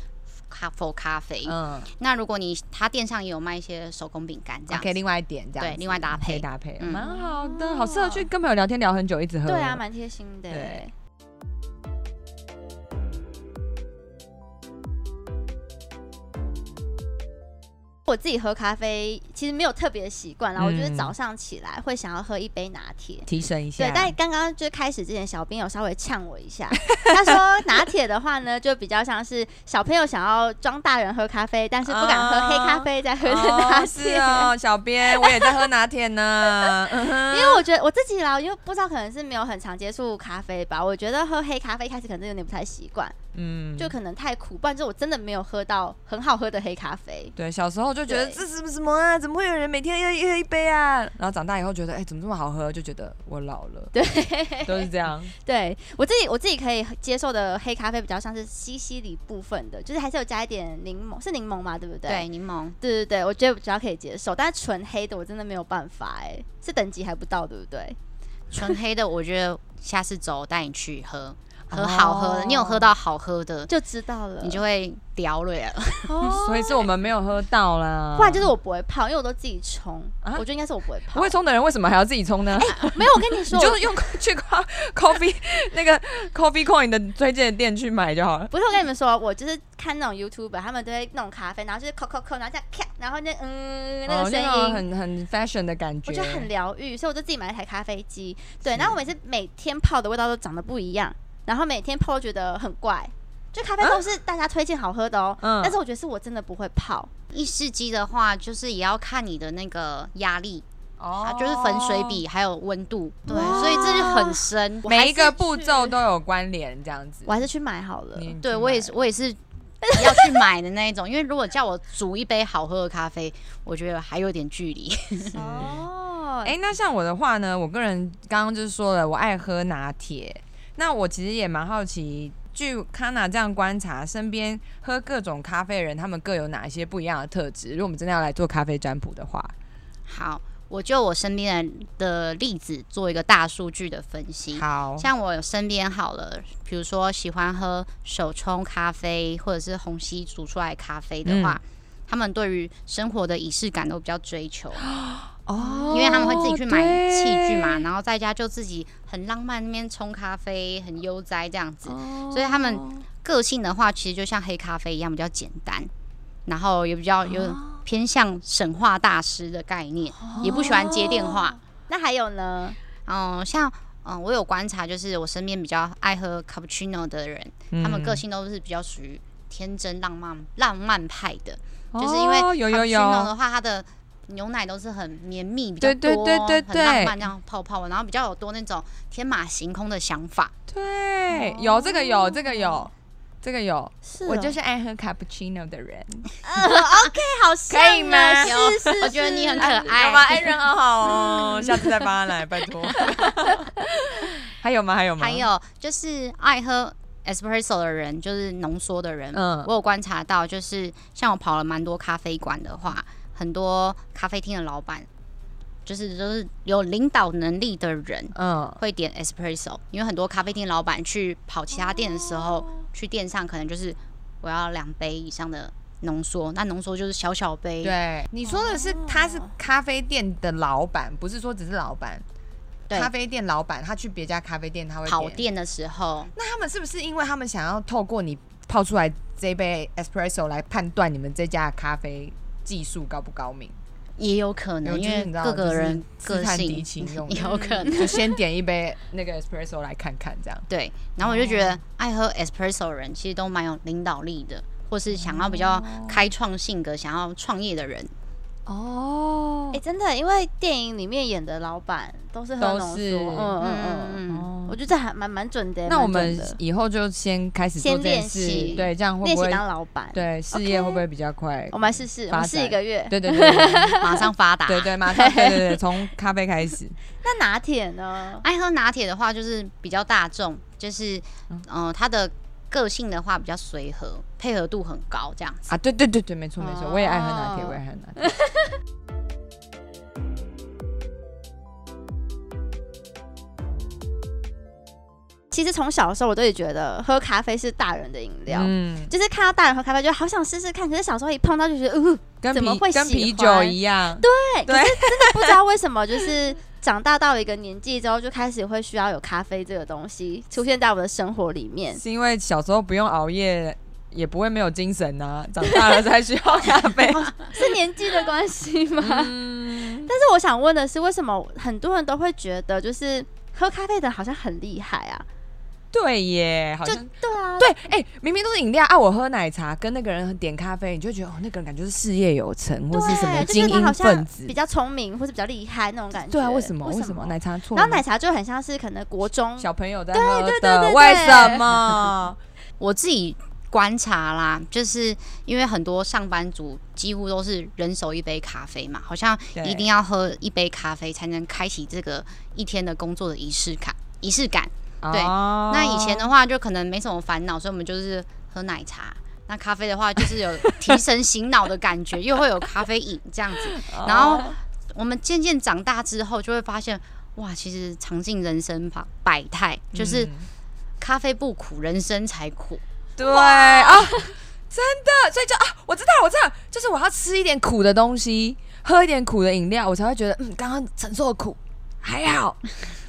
[SPEAKER 3] 咖 for 咖啡。
[SPEAKER 1] 嗯
[SPEAKER 3] 那如果你它店上也有卖一些手工饼干这样子
[SPEAKER 1] ，OK，另外一点这样子，
[SPEAKER 3] 对另外搭配
[SPEAKER 1] 可以搭配，
[SPEAKER 3] 嗯
[SPEAKER 1] 蛮好的，好适合去跟朋友聊天聊很久，一直喝。
[SPEAKER 2] 对啊，蛮贴心的
[SPEAKER 1] 嗯对
[SPEAKER 2] 耶。我自己喝咖啡其实没有特别的习惯啦，我就是
[SPEAKER 1] 嗯
[SPEAKER 2] 早上起来会想要喝一杯拿铁。
[SPEAKER 1] 提升一下。
[SPEAKER 2] 对，但刚刚就开始之前，小编有稍微呛我一下， (laughs) 他说拿铁的话呢，就比较像是小朋友想要装大人喝咖啡，但是不敢喝黑咖啡，在喝的拿
[SPEAKER 1] 啊哦，是
[SPEAKER 2] 铁。
[SPEAKER 1] 哦，小编，我也在喝拿铁呢。嗯哼
[SPEAKER 2] 因为我觉得我自己啦，因为不知道可能是没有很常接触咖啡吧，我觉得喝黑咖啡一开始可能有点不太习惯，
[SPEAKER 1] 嗯，
[SPEAKER 2] 就可能太苦，不然就我真的没有喝到很好喝的黑咖啡。
[SPEAKER 1] 对，小时候就觉得
[SPEAKER 2] 对
[SPEAKER 1] 这是什么啊？怎么会有人每天要一喝一杯啊？然后长大以后觉得，哎、怎么这么好喝？就觉得我老了。对，都是这样。
[SPEAKER 2] 对我自己我自己可以接受的黑咖啡比较像是西西里部分的，就是还是有加一点柠檬，是柠檬嘛，对不对？
[SPEAKER 3] 对，柠檬。
[SPEAKER 2] 对对对，我觉得比较可以接受，但是纯黑的我真的没有办法哎、是等级还不到，对不对？
[SPEAKER 3] 纯黑的，我觉得下次走我带你去喝，喝
[SPEAKER 1] 哦
[SPEAKER 3] 好喝的。你有喝到好喝的，
[SPEAKER 2] 就知道了，
[SPEAKER 3] 你就会聊了耶。
[SPEAKER 2] (laughs) 哦，
[SPEAKER 1] 所以是我们没有喝到啦。
[SPEAKER 2] 不然就是我不会泡，因为我都自己冲，
[SPEAKER 1] 啊
[SPEAKER 2] 我觉得应该是我不会泡，
[SPEAKER 1] 不会冲的人，为什么还要自己冲呢？
[SPEAKER 2] 没哎有，我跟你
[SPEAKER 1] 你
[SPEAKER 2] 说，
[SPEAKER 1] 就是用 (laughs) 去 co- coffee (laughs) 那个 coffee coin 的推荐店去买就好了。
[SPEAKER 2] 不是我跟你们说，我就是看那种 YouTuber，他们都会弄咖啡，然后就是扣扣扣，然后这样咔，然后那嗯那
[SPEAKER 1] 哦
[SPEAKER 2] 个声
[SPEAKER 1] 那种
[SPEAKER 2] 音。
[SPEAKER 1] 很很 fashion 的感觉，
[SPEAKER 2] 我觉得很疗愈，所以我就自己买了台咖啡机。对，然后我每次每天泡的味道都长得不一样，然后每天泡都觉得很怪。就咖啡都是大家推荐好喝的哦，
[SPEAKER 1] 嗯
[SPEAKER 2] 但是我觉得是我真的不会泡。
[SPEAKER 3] 意式机的话，就是也要看你的那个压力，
[SPEAKER 1] 哦
[SPEAKER 2] 啊
[SPEAKER 3] 它就是粉水。比还有温度。对，
[SPEAKER 2] 哇
[SPEAKER 3] 所以这就很深。
[SPEAKER 2] 我还
[SPEAKER 1] 每一个
[SPEAKER 2] 是
[SPEAKER 1] 步
[SPEAKER 2] 去
[SPEAKER 1] 骤都有关联，这样子。
[SPEAKER 2] 我还是去买好了。
[SPEAKER 1] 你
[SPEAKER 3] 对
[SPEAKER 1] 去
[SPEAKER 3] 我也
[SPEAKER 1] 买
[SPEAKER 3] 是，我也是要去买的那一种，因为如果叫我煮一杯好喝的咖啡，我觉得还有点距离。
[SPEAKER 2] 哦，
[SPEAKER 1] 哎、那像我的话呢，我个人刚刚就是说了，我爱喝拿铁。那我其实也蛮好奇，据康娜这样观察，身边喝各种咖啡的人，他们各有哪一些不一样的特质？如果我们真的要来做咖啡占卜的话，
[SPEAKER 3] 好，我就我身边人的例子做一个大数据的分析。
[SPEAKER 1] 好，
[SPEAKER 3] 像我身边好了，比如说喜欢喝手冲咖啡或者是虹吸煮出来的咖啡的话，
[SPEAKER 2] 嗯
[SPEAKER 3] 他们对于生活的仪式感都比较追求，
[SPEAKER 1] 哦
[SPEAKER 3] 因为他们会自己去买器具嘛，
[SPEAKER 1] 对
[SPEAKER 3] 然后在家就自己很浪漫那边冲咖啡，很悠哉这样子。所以他们个性的话，其实就像黑咖啡一样比较简单，然后也比较有偏向神话大师的概念，也不喜欢接电话。
[SPEAKER 2] 那还有呢？
[SPEAKER 3] 嗯，像嗯，我有观察，就是我身边比较爱喝 cappuccino 的人，
[SPEAKER 1] 嗯
[SPEAKER 3] 他们个性都是比较属于天真浪漫浪漫派的，
[SPEAKER 1] 嗯
[SPEAKER 3] 就是因为
[SPEAKER 1] 哦有有
[SPEAKER 3] cappuccino
[SPEAKER 1] 有
[SPEAKER 3] 的话，它的牛奶都是很绵密，比较
[SPEAKER 1] 对对
[SPEAKER 3] 多，
[SPEAKER 1] 对对对
[SPEAKER 3] 很浪漫那样泡泡，然后比较有多那种天马行空的想法。
[SPEAKER 1] 对有这个有这个有这个有，
[SPEAKER 2] 是哦
[SPEAKER 1] 我就是哦爱喝 cappuccino 的人，
[SPEAKER 2] 好像
[SPEAKER 1] 可以吗
[SPEAKER 2] 啊是是，
[SPEAKER 3] 我觉得
[SPEAKER 2] 是
[SPEAKER 3] 你很可
[SPEAKER 2] 啊
[SPEAKER 1] 好吧，
[SPEAKER 3] 爱。
[SPEAKER 1] 爱人好好哦，下次再帮他来，拜托。 (laughs) 还有吗？还有吗？
[SPEAKER 3] 还有就是爱喝 espresso 的人，就是浓缩的人，
[SPEAKER 1] 嗯
[SPEAKER 3] 我有观察到，就是像我跑了蛮多咖啡馆的话，很多咖啡厅的老板，就是都是有领导能力的人
[SPEAKER 1] 嗯，
[SPEAKER 3] 会点 espresso，因为很多咖啡厅老板去跑其他店的时候，去店上可能就是我要两杯以上的浓缩，那浓缩就是小小杯，
[SPEAKER 1] 对，你说的是他是咖啡店的老板，不是说只是老板。
[SPEAKER 3] 对
[SPEAKER 1] 咖啡店老板他去别家咖啡店，他会
[SPEAKER 3] 跑
[SPEAKER 1] 点。
[SPEAKER 3] 店的时候，
[SPEAKER 1] 那他们是不是因为他们想要透过你泡出来这杯 espresso 来判断你们这家的咖啡技术高不高明？
[SPEAKER 3] 也有可能，
[SPEAKER 1] 有
[SPEAKER 3] 因
[SPEAKER 1] 就是
[SPEAKER 3] 为
[SPEAKER 1] 你知道
[SPEAKER 3] 各个人
[SPEAKER 1] 就是
[SPEAKER 3] 个
[SPEAKER 1] 自探敌
[SPEAKER 3] 性
[SPEAKER 1] 情用的
[SPEAKER 3] (laughs) 有可能。
[SPEAKER 1] 就先点一杯那个 espresso 来看看，这样。
[SPEAKER 3] 对，然后我就觉
[SPEAKER 1] 哦
[SPEAKER 3] 得爱喝 espresso 的人其实都蛮有领导力的，或是想要比较开创性格、想要创业的人。
[SPEAKER 1] 哦
[SPEAKER 2] 哎、真的，因为电影里面演的老板都是喝
[SPEAKER 1] 都
[SPEAKER 2] 浓缩，
[SPEAKER 1] 是
[SPEAKER 2] 嗯嗯嗯，
[SPEAKER 3] 嗯嗯，
[SPEAKER 2] 我觉得这还蛮蛮准的。
[SPEAKER 1] 哦那我
[SPEAKER 2] 蛮
[SPEAKER 1] 们
[SPEAKER 2] 准的
[SPEAKER 1] 以后就先开始做
[SPEAKER 2] 先
[SPEAKER 1] 这件
[SPEAKER 2] 练习
[SPEAKER 1] 事，对，这样会
[SPEAKER 2] 练
[SPEAKER 1] 不
[SPEAKER 2] 习
[SPEAKER 1] 会
[SPEAKER 2] 当老板，，
[SPEAKER 1] 对事
[SPEAKER 2] OK
[SPEAKER 1] 业会不会比较快？
[SPEAKER 2] 我们来试试，我
[SPEAKER 1] 发
[SPEAKER 2] 们试一
[SPEAKER 1] 展
[SPEAKER 2] 个月。
[SPEAKER 1] 对对对对对
[SPEAKER 3] 马上发达。
[SPEAKER 1] 对对，马上对对对， (laughs) 从咖啡开始。
[SPEAKER 2] 那拿铁呢？
[SPEAKER 3] 爱喝拿铁的话，就是比较大众，就是
[SPEAKER 1] 嗯
[SPEAKER 3] 嗯，他、的个性的话比较随和，配合度很高，这样子。
[SPEAKER 1] 啊，对对对对，没错没错，我也爱喝拿铁，
[SPEAKER 2] 哦
[SPEAKER 1] 我也爱喝拿铁。
[SPEAKER 2] 其实从小的时候我都也觉得喝咖啡是大人的饮料。
[SPEAKER 1] 嗯，
[SPEAKER 2] 就是看到大人喝咖啡，就好想试试看。可是小时候一碰到就觉得，呃， (laughs)
[SPEAKER 1] 跟
[SPEAKER 2] 怎么
[SPEAKER 1] 啤
[SPEAKER 2] 会
[SPEAKER 1] 跟
[SPEAKER 2] 喜
[SPEAKER 1] 啤酒
[SPEAKER 2] 欢
[SPEAKER 1] 一样？
[SPEAKER 2] 对，
[SPEAKER 1] 对
[SPEAKER 2] 可是真的不知道为什么，就是长大到一个年纪之后，就开始会需要有咖啡这个东西出现在我的生活里面。
[SPEAKER 1] 是因为小时候不用熬夜，也不会没有精神呐、长大了才需要咖 (laughs) 啡。
[SPEAKER 2] 是年纪的关系吗？
[SPEAKER 1] 嗯，
[SPEAKER 2] (laughs) 但是我想问的是，为什么很多人都会觉得，就是喝咖啡的人好像很厉害啊？
[SPEAKER 1] 对耶，好
[SPEAKER 2] 就
[SPEAKER 1] 像
[SPEAKER 2] 对啊，
[SPEAKER 1] 对，哎、明明都是饮料啊，我喝奶茶，跟那个人点咖啡，你就觉得哦，那个人感觉是事业有成，或
[SPEAKER 2] 对，
[SPEAKER 1] 是什么
[SPEAKER 2] 就
[SPEAKER 1] 精
[SPEAKER 2] 是他好
[SPEAKER 1] 英分
[SPEAKER 2] 像
[SPEAKER 1] 子
[SPEAKER 2] 比。较聪明或者比较厉害那种感觉。
[SPEAKER 1] 对啊，为什么？
[SPEAKER 2] 为
[SPEAKER 1] 为什么？奶茶错了
[SPEAKER 2] 然
[SPEAKER 1] 吗？
[SPEAKER 2] 后奶茶就很像是可能国
[SPEAKER 1] (laughs)
[SPEAKER 2] 中
[SPEAKER 1] 小朋友在喝的，
[SPEAKER 2] 对对对对
[SPEAKER 1] 为什 (laughs) 么？
[SPEAKER 3] 我自己观察啦，就是因为很多上班族几乎都是人手一杯咖啡嘛，好像
[SPEAKER 1] 对
[SPEAKER 3] 一定要喝一杯咖啡才能开启这个一天的工作的仪式感。仪式感。对
[SPEAKER 1] 哦
[SPEAKER 3] 那以前的话就可能没什么烦恼，所以我们就是喝奶茶。那咖啡的话，就是有提神醒脑的感觉，又会有咖啡瘾这样子。
[SPEAKER 1] 哦
[SPEAKER 3] 然后我们渐渐长大之后，就会发现，哇，其实尝尽人生百百态，就是
[SPEAKER 1] 嗯
[SPEAKER 3] 咖啡不苦，人生才苦。
[SPEAKER 1] 对啊，真的，所以就啊，我知道，我知道，就是我要吃一点苦的东西，喝一点苦的饮料，我才会觉得，嗯，刚刚承受的苦还
[SPEAKER 2] (laughs)
[SPEAKER 1] 好，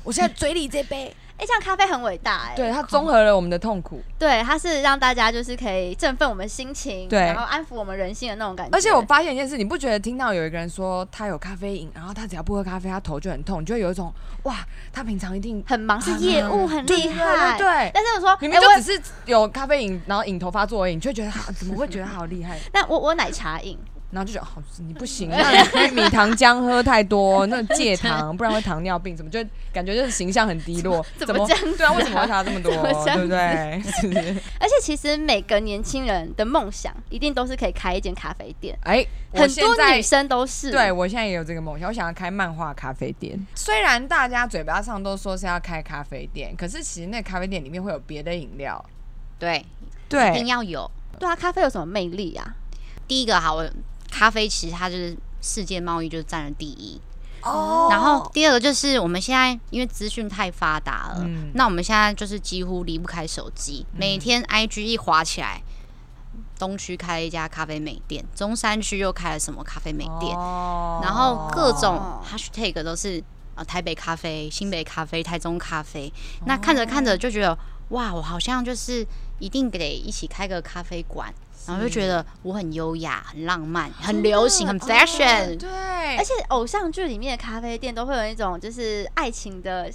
[SPEAKER 1] 我现在嘴里这杯，
[SPEAKER 2] 哎、这样咖啡很伟大哎、
[SPEAKER 1] 对，它综合了我们的痛苦，
[SPEAKER 2] 对，它是让大家就是可以振奋我们心情，
[SPEAKER 1] 对
[SPEAKER 2] 然后安抚我们人心的那种感觉。
[SPEAKER 1] 而且我发现一件事，你不觉得听到有一个人说他有咖啡瘾，然后他只要不喝咖啡，他头就很痛，你就会有一种哇，他平常一定
[SPEAKER 2] 很忙，是业务很厉害，
[SPEAKER 1] 啊对对对对
[SPEAKER 2] 但是我说，
[SPEAKER 1] 明
[SPEAKER 2] 哎
[SPEAKER 1] 明就
[SPEAKER 2] 我
[SPEAKER 1] 只是有咖啡瘾，然后瘾头发作而已，你就会觉得他怎么会觉得他好厉害？
[SPEAKER 2] 那我我奶茶饮，
[SPEAKER 1] 然后就觉得好、你不行，那你米糖浆喝太多，
[SPEAKER 2] (laughs)
[SPEAKER 1] 那戒糖，不然会糖尿病，怎么就感觉就是形象很低落？
[SPEAKER 2] (laughs) 怎么这样子啊
[SPEAKER 1] 对啊，为什么会差这么多？
[SPEAKER 2] 怎么这
[SPEAKER 1] 对
[SPEAKER 2] 样子
[SPEAKER 1] 不对？是不
[SPEAKER 2] (laughs)
[SPEAKER 1] 是？
[SPEAKER 2] 而且其实每个年轻人的梦想一定都是可以开一间咖啡店，
[SPEAKER 1] 哎，我
[SPEAKER 2] 很
[SPEAKER 1] 现
[SPEAKER 2] 多
[SPEAKER 1] 在
[SPEAKER 2] 女生都是。
[SPEAKER 1] 对，我现在也有这个梦想，我想要开漫画咖啡店。虽然大家嘴巴上都说是要开咖啡店，可是其实那咖啡店里面会有别的饮料。
[SPEAKER 3] 对，一定
[SPEAKER 1] 对，
[SPEAKER 3] 要有。
[SPEAKER 2] 对啊，咖啡有什么魅力啊？
[SPEAKER 3] 第一个好，我咖啡其实它就是世界贸易就是占了第一。
[SPEAKER 1] 哦
[SPEAKER 3] 然后第二个就是我们现在因为资讯太发达了，
[SPEAKER 1] 嗯
[SPEAKER 3] 那我们现在就是几乎离不开手机，每天 IG 一滑起来。东区开了一家咖啡美店，中山区又开了什么咖啡美店，
[SPEAKER 1] 哦
[SPEAKER 3] 然后各种
[SPEAKER 2] 哦
[SPEAKER 3] hashtag 都是呃台北咖啡、新北咖啡、台中咖啡。
[SPEAKER 1] 哦
[SPEAKER 3] 那看着看着就觉得，哇，我好像就是一定得一起开个咖啡馆，然后就觉得我很优雅、很浪漫、很流行、很 fashion。
[SPEAKER 1] 哦对，
[SPEAKER 3] 哎
[SPEAKER 2] 而且偶像剧里面的咖啡店都会有一种就是爱情的，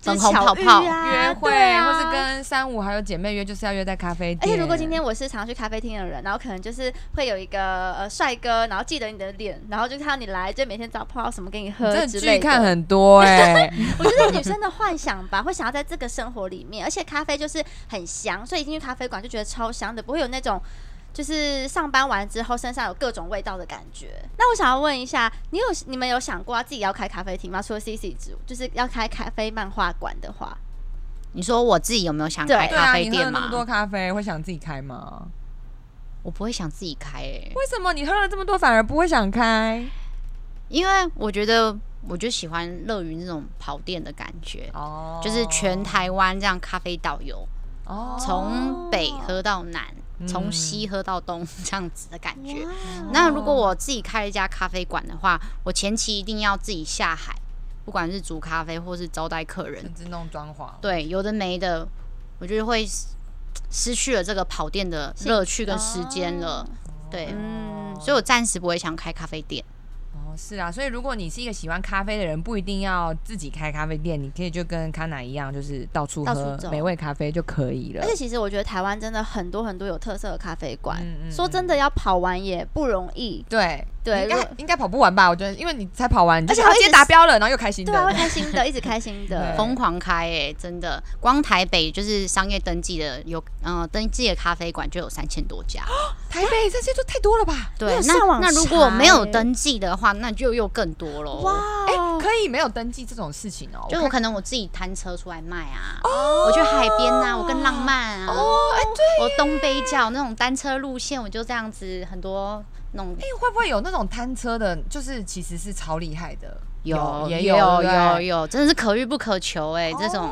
[SPEAKER 2] 就
[SPEAKER 3] 粉
[SPEAKER 2] 是
[SPEAKER 3] 红
[SPEAKER 2] 巧
[SPEAKER 3] 泡
[SPEAKER 2] 遇
[SPEAKER 3] 泡
[SPEAKER 2] 啊
[SPEAKER 1] 约会，
[SPEAKER 2] 对啊、
[SPEAKER 1] 或是。跟三五还有姐妹约，就是要约在咖啡
[SPEAKER 2] 而
[SPEAKER 1] 店。
[SPEAKER 2] 且如果今天我是常去咖啡厅的人，然后可能就是会有一个呃帅哥，然后记得你的脸，然后就看到你来，就每天找泡泡什么给你喝
[SPEAKER 1] 这
[SPEAKER 2] 之
[SPEAKER 1] 剧
[SPEAKER 2] 类的。
[SPEAKER 1] 看很多 (laughs) 哎、
[SPEAKER 2] (laughs) 我觉得女生的幻想吧，会想要在这个生活里面，而且咖啡就是很香，所以进去咖啡馆就觉得超香的，不会有那种就是上班完之后身上有各种味道的感觉。那我想要问一下，你有你们有想过要自己要开咖啡厅吗？除了 C C 之，就是要开咖啡漫画馆的话，
[SPEAKER 3] 你说我自己有没有想
[SPEAKER 2] 对
[SPEAKER 3] 开
[SPEAKER 1] 对
[SPEAKER 3] 咖
[SPEAKER 1] 啊，
[SPEAKER 3] 啡
[SPEAKER 1] 你喝
[SPEAKER 3] 店
[SPEAKER 1] 了那么多
[SPEAKER 3] 吗？
[SPEAKER 1] 咖啡，会想自己开吗？
[SPEAKER 3] 我不会想自己开欸诶、
[SPEAKER 1] 为什么你喝了这么多反而不会想开？
[SPEAKER 3] 因为我觉得我就喜欢乐于那种跑店的感觉，
[SPEAKER 1] 哦
[SPEAKER 3] 就是全台湾这样咖啡导游
[SPEAKER 1] 哦
[SPEAKER 3] 从北喝到南，从
[SPEAKER 1] 嗯
[SPEAKER 3] 西喝到东 (laughs) 这样子的感觉。那如果我自己开一家咖啡馆的话，我前期一定要自己下海，不管是煮咖啡或是招待客人
[SPEAKER 1] 甚，至弄装潢，
[SPEAKER 3] 对，有的没的，我就会失失去了这个跑店的乐趣跟时间了。对，
[SPEAKER 2] 嗯，
[SPEAKER 3] 所以我暂时不会想开咖啡店。
[SPEAKER 1] 哦哦，是啊，所以如果你是一个喜欢咖啡的人，不一定要自己开咖啡店，你可以就跟康乃一样，就是到处
[SPEAKER 2] 到处
[SPEAKER 1] 喝
[SPEAKER 2] 走
[SPEAKER 1] 美味咖啡就可以了
[SPEAKER 2] 而。且其实我觉得台湾真的很多很多有特色的咖啡馆，
[SPEAKER 1] 嗯
[SPEAKER 2] 说真，的要跑完也不容易。
[SPEAKER 1] 对应
[SPEAKER 2] 对如
[SPEAKER 1] 该
[SPEAKER 2] 果
[SPEAKER 1] 应该跑不完吧？我觉得，因为你才跑完，你就
[SPEAKER 2] 而且
[SPEAKER 1] 觉得啊
[SPEAKER 2] 还会一
[SPEAKER 1] 今
[SPEAKER 2] 直
[SPEAKER 1] 天达标了，然后又开心
[SPEAKER 2] 对啊，会
[SPEAKER 1] 的，
[SPEAKER 2] 开心的，一直开心
[SPEAKER 1] (laughs)
[SPEAKER 2] 的。
[SPEAKER 1] 对
[SPEAKER 3] 疯狂开哎、真的，光台北就是商业登记的有，呃，登记的咖啡馆就有三千多家。
[SPEAKER 1] 台北这些就太多了吧？
[SPEAKER 3] 对，
[SPEAKER 2] 有
[SPEAKER 3] 那
[SPEAKER 2] 上网
[SPEAKER 3] 那如果没有
[SPEAKER 2] 查欸
[SPEAKER 3] 登记的话，那就又更多喽。
[SPEAKER 2] 哇
[SPEAKER 1] 哎、
[SPEAKER 2] 哦，
[SPEAKER 1] 可以没有登记这种事情哦、
[SPEAKER 3] 就
[SPEAKER 1] 我
[SPEAKER 3] 我
[SPEAKER 1] 看
[SPEAKER 3] 可能我自己摊车出来卖啊，我去海边啊，我更浪漫啊，
[SPEAKER 1] 哦，哎、对，
[SPEAKER 3] 我东北角那种单车路线，我就这样子很多那种
[SPEAKER 1] 哎、会不会有那种摊车的？就是其实是超厉害的，也
[SPEAKER 3] 有
[SPEAKER 1] 有
[SPEAKER 3] 有
[SPEAKER 1] 对哦不
[SPEAKER 3] 有
[SPEAKER 1] 对
[SPEAKER 3] 有，真的是可遇不可求哎、这种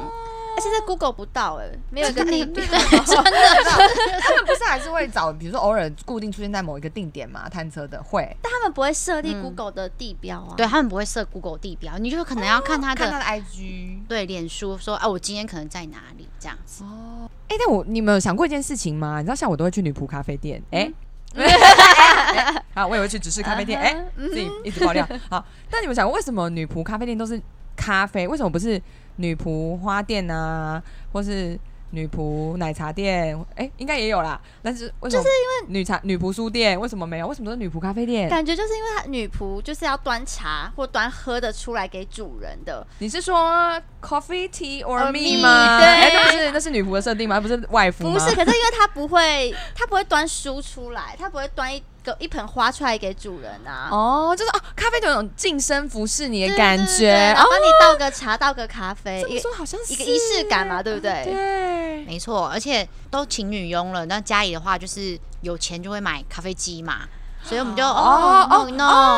[SPEAKER 2] 而且在 Google 不到哎、没有一个地
[SPEAKER 1] 对
[SPEAKER 2] 名。
[SPEAKER 1] (laughs) 真的， (laughs) 他们不是还是会找，比如说偶尔固定出现在某一个定点嘛，摊车的会
[SPEAKER 2] (laughs) 但他们不会设立
[SPEAKER 3] 嗯
[SPEAKER 2] Google 的地标啊。
[SPEAKER 3] 对他们不会设 Google 地标，你就可能要看他
[SPEAKER 1] 哦看他
[SPEAKER 3] 的
[SPEAKER 1] 的 IG
[SPEAKER 3] 对脸书说啊，我今天可能在哪里这样子。
[SPEAKER 1] 哦。哎、但我你们有想过一件事情吗？你知道像我都会去女仆咖啡店，哎、 (laughs) 哎啊，我也会去只是咖啡店，哎、
[SPEAKER 2] 嗯哼
[SPEAKER 1] 自己一直爆料。好，但你们想过为什么女仆咖啡店都是咖啡？为什么不是女仆花店啊，或是女仆奶茶店？哎、应该也有啦，但是为什么就是因为女茶女仆书店为什么没有？为什么都是女仆咖啡店？
[SPEAKER 2] 感觉就是因为他女仆就是要端茶或端喝的出来给主人的，
[SPEAKER 1] 你是说 coffee tea or me
[SPEAKER 2] Or 呃 me，
[SPEAKER 1] 吗？
[SPEAKER 2] 对
[SPEAKER 1] 哎，那不是那是女仆的设定吗？不是外服吗？
[SPEAKER 2] 不是？可是因为他不会，他不会端书出来，他不会端一个一盆花出来给主人啊。
[SPEAKER 1] 哦，就是哦，咖啡就有种净身服侍你的
[SPEAKER 2] 对
[SPEAKER 1] 感
[SPEAKER 2] 对对
[SPEAKER 1] 觉
[SPEAKER 2] 对然
[SPEAKER 1] 哦
[SPEAKER 2] 后。帮你倒个茶，倒个咖啡，
[SPEAKER 1] 这么
[SPEAKER 2] 一个
[SPEAKER 1] 说好像是
[SPEAKER 2] 哎一个仪式感嘛，对不对？
[SPEAKER 1] 对，
[SPEAKER 3] 没错，而且都情侣佣了，那家里的话就是有钱就会买咖啡机嘛，所以我们就
[SPEAKER 1] 哦
[SPEAKER 3] 哦
[SPEAKER 1] 哦
[SPEAKER 3] no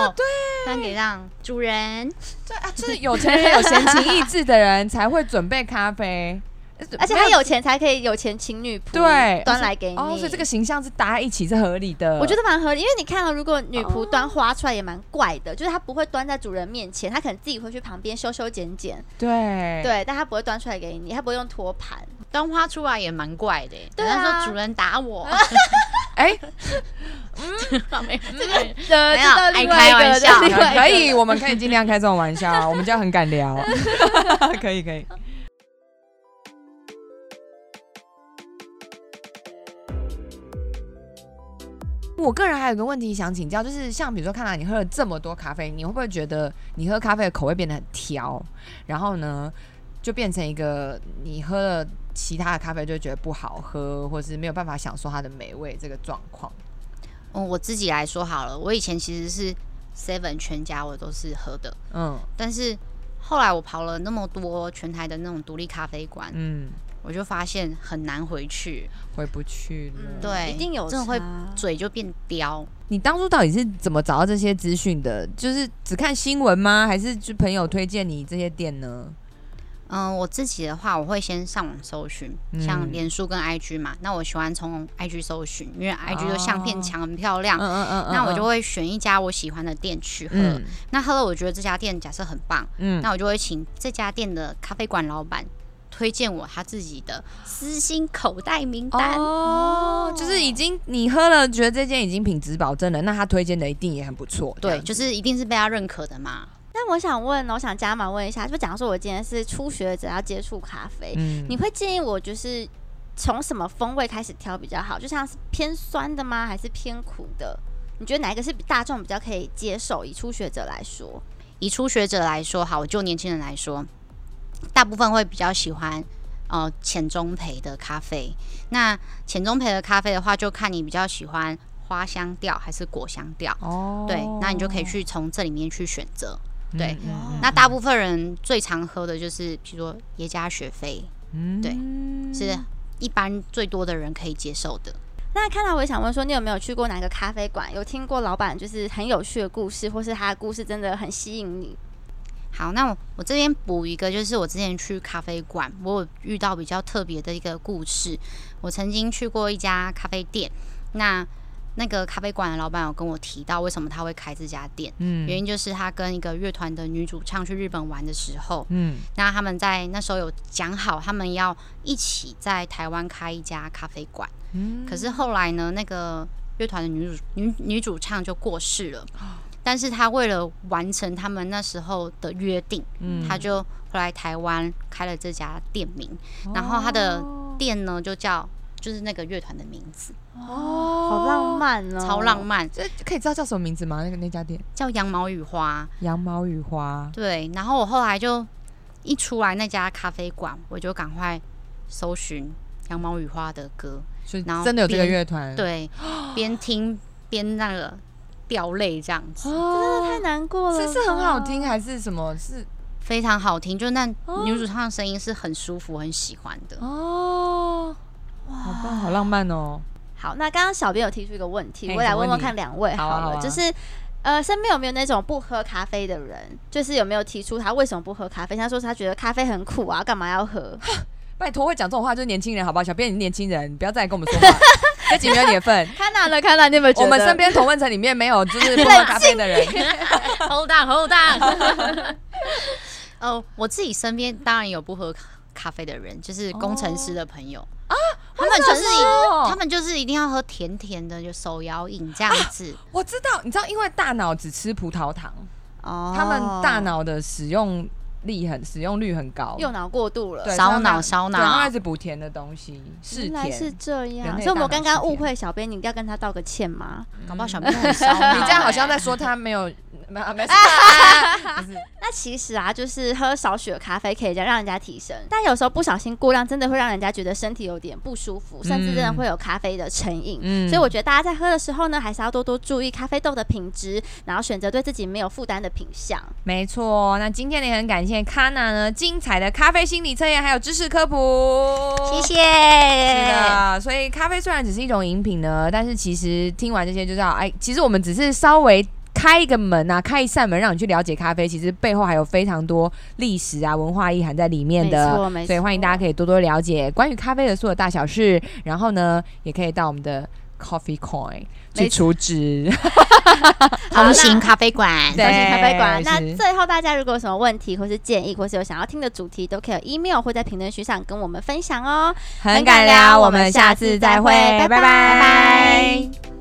[SPEAKER 3] no，
[SPEAKER 1] 对
[SPEAKER 3] 分给让主人。
[SPEAKER 1] 对啊，就是有钱人有闲情逸致的人才会准备咖啡，
[SPEAKER 2] (laughs) 而且他有钱才可以有钱请女仆
[SPEAKER 1] 对
[SPEAKER 2] 端来给你。
[SPEAKER 1] 哦，所以这个形象是搭在一起是合理的。
[SPEAKER 2] 我觉
[SPEAKER 1] 得
[SPEAKER 2] 得蛮合理，因为你看到、哦如果女仆端花出来也蛮怪的，就是她不会端在主人面前，她可能自己会去旁边修修剪剪，
[SPEAKER 1] 对
[SPEAKER 2] 对，但她不会端出来给你，她不会用托盘。
[SPEAKER 3] 端花出来也蛮怪的、欸，
[SPEAKER 2] 对
[SPEAKER 3] 人家
[SPEAKER 2] 啊
[SPEAKER 3] 说主人打我， (laughs)
[SPEAKER 1] 哎，
[SPEAKER 3] 没
[SPEAKER 2] (laughs)
[SPEAKER 3] 有
[SPEAKER 2] 对
[SPEAKER 3] 没有
[SPEAKER 2] 到
[SPEAKER 3] 爱
[SPEAKER 2] 另外
[SPEAKER 3] 开
[SPEAKER 2] 一
[SPEAKER 3] 玩
[SPEAKER 2] 个 (laughs) 另
[SPEAKER 3] 笑
[SPEAKER 2] 外一个
[SPEAKER 1] 可以，我们可以尽量开这种玩笑，啊我们就很敢聊，可以可以。我个人还有个问题想请教，就是像比如说，看来你喝了这么多咖啡，你会不会觉得你喝咖啡的口味变得很挑？然后呢，就变成一个你喝了其他的咖啡就觉得不好喝，或是没有办法享受它的美味这个状况？
[SPEAKER 3] 嗯，我自己来说好了，我以前其实是 Seven 全家我都是喝的，
[SPEAKER 1] 嗯
[SPEAKER 3] 但是后来我跑了那么多全台的那种独立咖啡馆，
[SPEAKER 1] 嗯，
[SPEAKER 3] 我就发现很难回去，
[SPEAKER 1] 回不去了。
[SPEAKER 2] 嗯
[SPEAKER 3] 对
[SPEAKER 2] 一定有
[SPEAKER 3] 真的会
[SPEAKER 2] 差
[SPEAKER 3] 嘴就变刁。
[SPEAKER 1] 你当初到底是怎么找到这些资讯的？就是只看新闻吗？还是就朋友推荐你这些店呢？
[SPEAKER 3] 嗯，我自己的话，我会先上网搜寻，
[SPEAKER 1] 嗯
[SPEAKER 3] 像脸书跟 IG 嘛，那我喜欢从 IG 搜寻，因为 IG
[SPEAKER 1] 哦
[SPEAKER 3] 的相片墙很漂亮，
[SPEAKER 1] 嗯嗯
[SPEAKER 3] 啊那我就会选一家我喜欢的店去喝。
[SPEAKER 1] 嗯
[SPEAKER 3] 那喝了，我觉得这家店假设很棒，
[SPEAKER 1] 嗯
[SPEAKER 3] 那我就会请这家店的咖啡馆老板推荐我他自己的私心口袋名单。
[SPEAKER 1] 哦，就是已经你喝了，觉得这间已经品质保证了，那他推荐的一定也很不错。这
[SPEAKER 3] 对，
[SPEAKER 1] 样
[SPEAKER 3] 就是一定是被他认可的嘛。
[SPEAKER 2] 那我想问，哦我想加码问一下，就假如说我今天是初学者要接触咖啡，
[SPEAKER 1] 嗯
[SPEAKER 2] 你会建议我就是从什么风味开始挑比较好？就像是偏酸的吗？还是偏苦的？你觉得哪一个是比大众比较可以接受？以初学者来说，
[SPEAKER 3] 以初学者来说，好，就年轻人来说，大部分会比较喜欢呃浅中培的咖啡。那浅中培的咖啡的话，就看你比较喜欢花香调还是果香调。
[SPEAKER 1] 哦
[SPEAKER 3] 对，那你就可以去从这里面去选择。对
[SPEAKER 2] 嗯
[SPEAKER 3] 那大部分人最常喝的就是，比如说耶加雪菲，
[SPEAKER 1] 嗯
[SPEAKER 3] 对
[SPEAKER 1] 嗯
[SPEAKER 3] 是一般最多的人可以接受的。
[SPEAKER 2] 那看来我也想问说，你有没有去过哪个咖啡馆？有听过老板就是很有趣的故事，或是他的故事真的很吸引你？
[SPEAKER 3] 好，那我我这边补一个，就是我之前去咖啡馆，我有遇到比较特别的一个故事。我曾经去过一家咖啡店，那那个咖啡馆的老板有跟我提到，为什么他会开这家店，
[SPEAKER 1] 嗯
[SPEAKER 3] 原因就是他跟一个乐团的女主唱去日本玩的时候，
[SPEAKER 1] 嗯
[SPEAKER 3] 那他们在那时候有讲好，他们要一起在台湾开一家咖啡馆。
[SPEAKER 1] 嗯哦
[SPEAKER 3] 可是后来呢，那个乐团的女主女女主唱就过世了。但是他为了完成他们那时候的约定，
[SPEAKER 1] 嗯
[SPEAKER 3] 他就回来台湾开了这家店名，然后他的店呢就叫就是那个乐团的名字，
[SPEAKER 1] 哦
[SPEAKER 2] 好浪，漫哦，
[SPEAKER 3] 超浪。漫，
[SPEAKER 1] 这可以知道叫什么名字吗？那个那家店
[SPEAKER 3] 叫羊毛与花。
[SPEAKER 1] 羊毛与花，
[SPEAKER 3] 对，然后我后来就一出来那家咖啡馆，我就赶快搜寻羊毛与花的歌，
[SPEAKER 1] 所以
[SPEAKER 3] 然后
[SPEAKER 1] 真的有这个
[SPEAKER 3] 边
[SPEAKER 1] 乐团，
[SPEAKER 3] 对，边听边那个掉泪这样子，
[SPEAKER 1] 哦，
[SPEAKER 2] 太难过了，
[SPEAKER 1] 是是很好听，还是什么？是
[SPEAKER 3] 非常好听，就那女主唱的声音是很舒服、很喜欢的。
[SPEAKER 1] 哦，好棒，好浪漫哦。
[SPEAKER 2] 好，那刚刚小编有提出一个问题，
[SPEAKER 1] 嘿
[SPEAKER 2] 我来
[SPEAKER 1] 什么
[SPEAKER 2] 问
[SPEAKER 1] 问
[SPEAKER 2] 问
[SPEAKER 1] 题
[SPEAKER 2] 看两位
[SPEAKER 1] 好
[SPEAKER 2] 好
[SPEAKER 1] 啊
[SPEAKER 2] 了，
[SPEAKER 1] 好啊
[SPEAKER 2] 就是呃，身边有没有那种不喝咖啡的人？就是有没有提出他为什么不喝咖啡？他说他觉得咖啡很苦啊，干嘛要喝？
[SPEAKER 1] 拜托，会讲这种话就是年轻人，好不好？小编你是年轻人，你不要再来跟我们说 (laughs) 话，这集没有你的份。
[SPEAKER 2] (laughs) 看到了，看到你有没有觉得？
[SPEAKER 1] 我们身边同温层里面没有就是不 (laughs) 喝咖啡的人，
[SPEAKER 3] Hold on，Hold on 。 (laughs) 哦，我自己身边当然有不喝咖咖啡的人，就是工程师的朋友、
[SPEAKER 1] 哦
[SPEAKER 3] 啊，他们就是一他们就是一定要喝甜甜的，就手摇饮这样子。
[SPEAKER 1] (laughs) 我知道，你知道，因为大脑只吃葡萄糖，
[SPEAKER 2] 哦
[SPEAKER 1] 他们大脑的使用力很使用率很高，
[SPEAKER 2] 右脑过度了。
[SPEAKER 1] 对
[SPEAKER 3] 烧脑
[SPEAKER 1] 所以他们
[SPEAKER 3] 烧脑
[SPEAKER 1] 对，他一直补甜的东西，是
[SPEAKER 2] 原来
[SPEAKER 1] 甜。
[SPEAKER 2] 是这
[SPEAKER 1] 人
[SPEAKER 2] 样，
[SPEAKER 1] 类
[SPEAKER 2] 所以我
[SPEAKER 1] 大脑
[SPEAKER 2] 们刚刚
[SPEAKER 1] 是甜
[SPEAKER 2] 误会小编，你要跟他道个歉吗？
[SPEAKER 3] 搞不好小朋友很烧脑、
[SPEAKER 1] 嗯
[SPEAKER 3] 欸
[SPEAKER 1] 你这样好像在说他没有，没没事啊，不是
[SPEAKER 2] 那其实啊，就是喝少许的咖啡可以让人家提神，但有时候不小心过量，真的会让人家觉得身体有点不舒服，甚至真的会有咖啡的成瘾。
[SPEAKER 1] 嗯
[SPEAKER 2] 所以我觉得大家在喝的时候呢，还是要多多注意咖啡豆的品质，然后选择对自己没有负担的品相。
[SPEAKER 1] 没错，那今天也很感谢卡娜呢精彩的咖啡心理测验还有知识科普，
[SPEAKER 3] 谢谢。
[SPEAKER 1] 是的，所以咖啡虽然只是一种饮品呢，但是其实听完这些就知道，哎，其实我们只是稍微。开一个门啊，开一扇门，让你去了解咖啡，其实背后还有非常多历史啊、文化意涵在里面
[SPEAKER 2] 没
[SPEAKER 1] 的
[SPEAKER 2] 错没。错
[SPEAKER 1] 所以欢迎大家可以多多了解关于咖啡的所有大小事，然后呢，也可以到我们的 Coffee Coin 去
[SPEAKER 2] 没
[SPEAKER 1] 储
[SPEAKER 2] (laughs)
[SPEAKER 1] 值。
[SPEAKER 3] 同行咖啡馆，
[SPEAKER 1] 对
[SPEAKER 2] 小型咖啡馆。那
[SPEAKER 1] 是
[SPEAKER 2] 最后大家如果有什么问题或是建议，或是有想要听的主题，都可以有 email 或在评论区上跟我们分享哦。
[SPEAKER 1] 啊很敢聊，我们下次再会，
[SPEAKER 2] 拜
[SPEAKER 1] 拜拜
[SPEAKER 2] 拜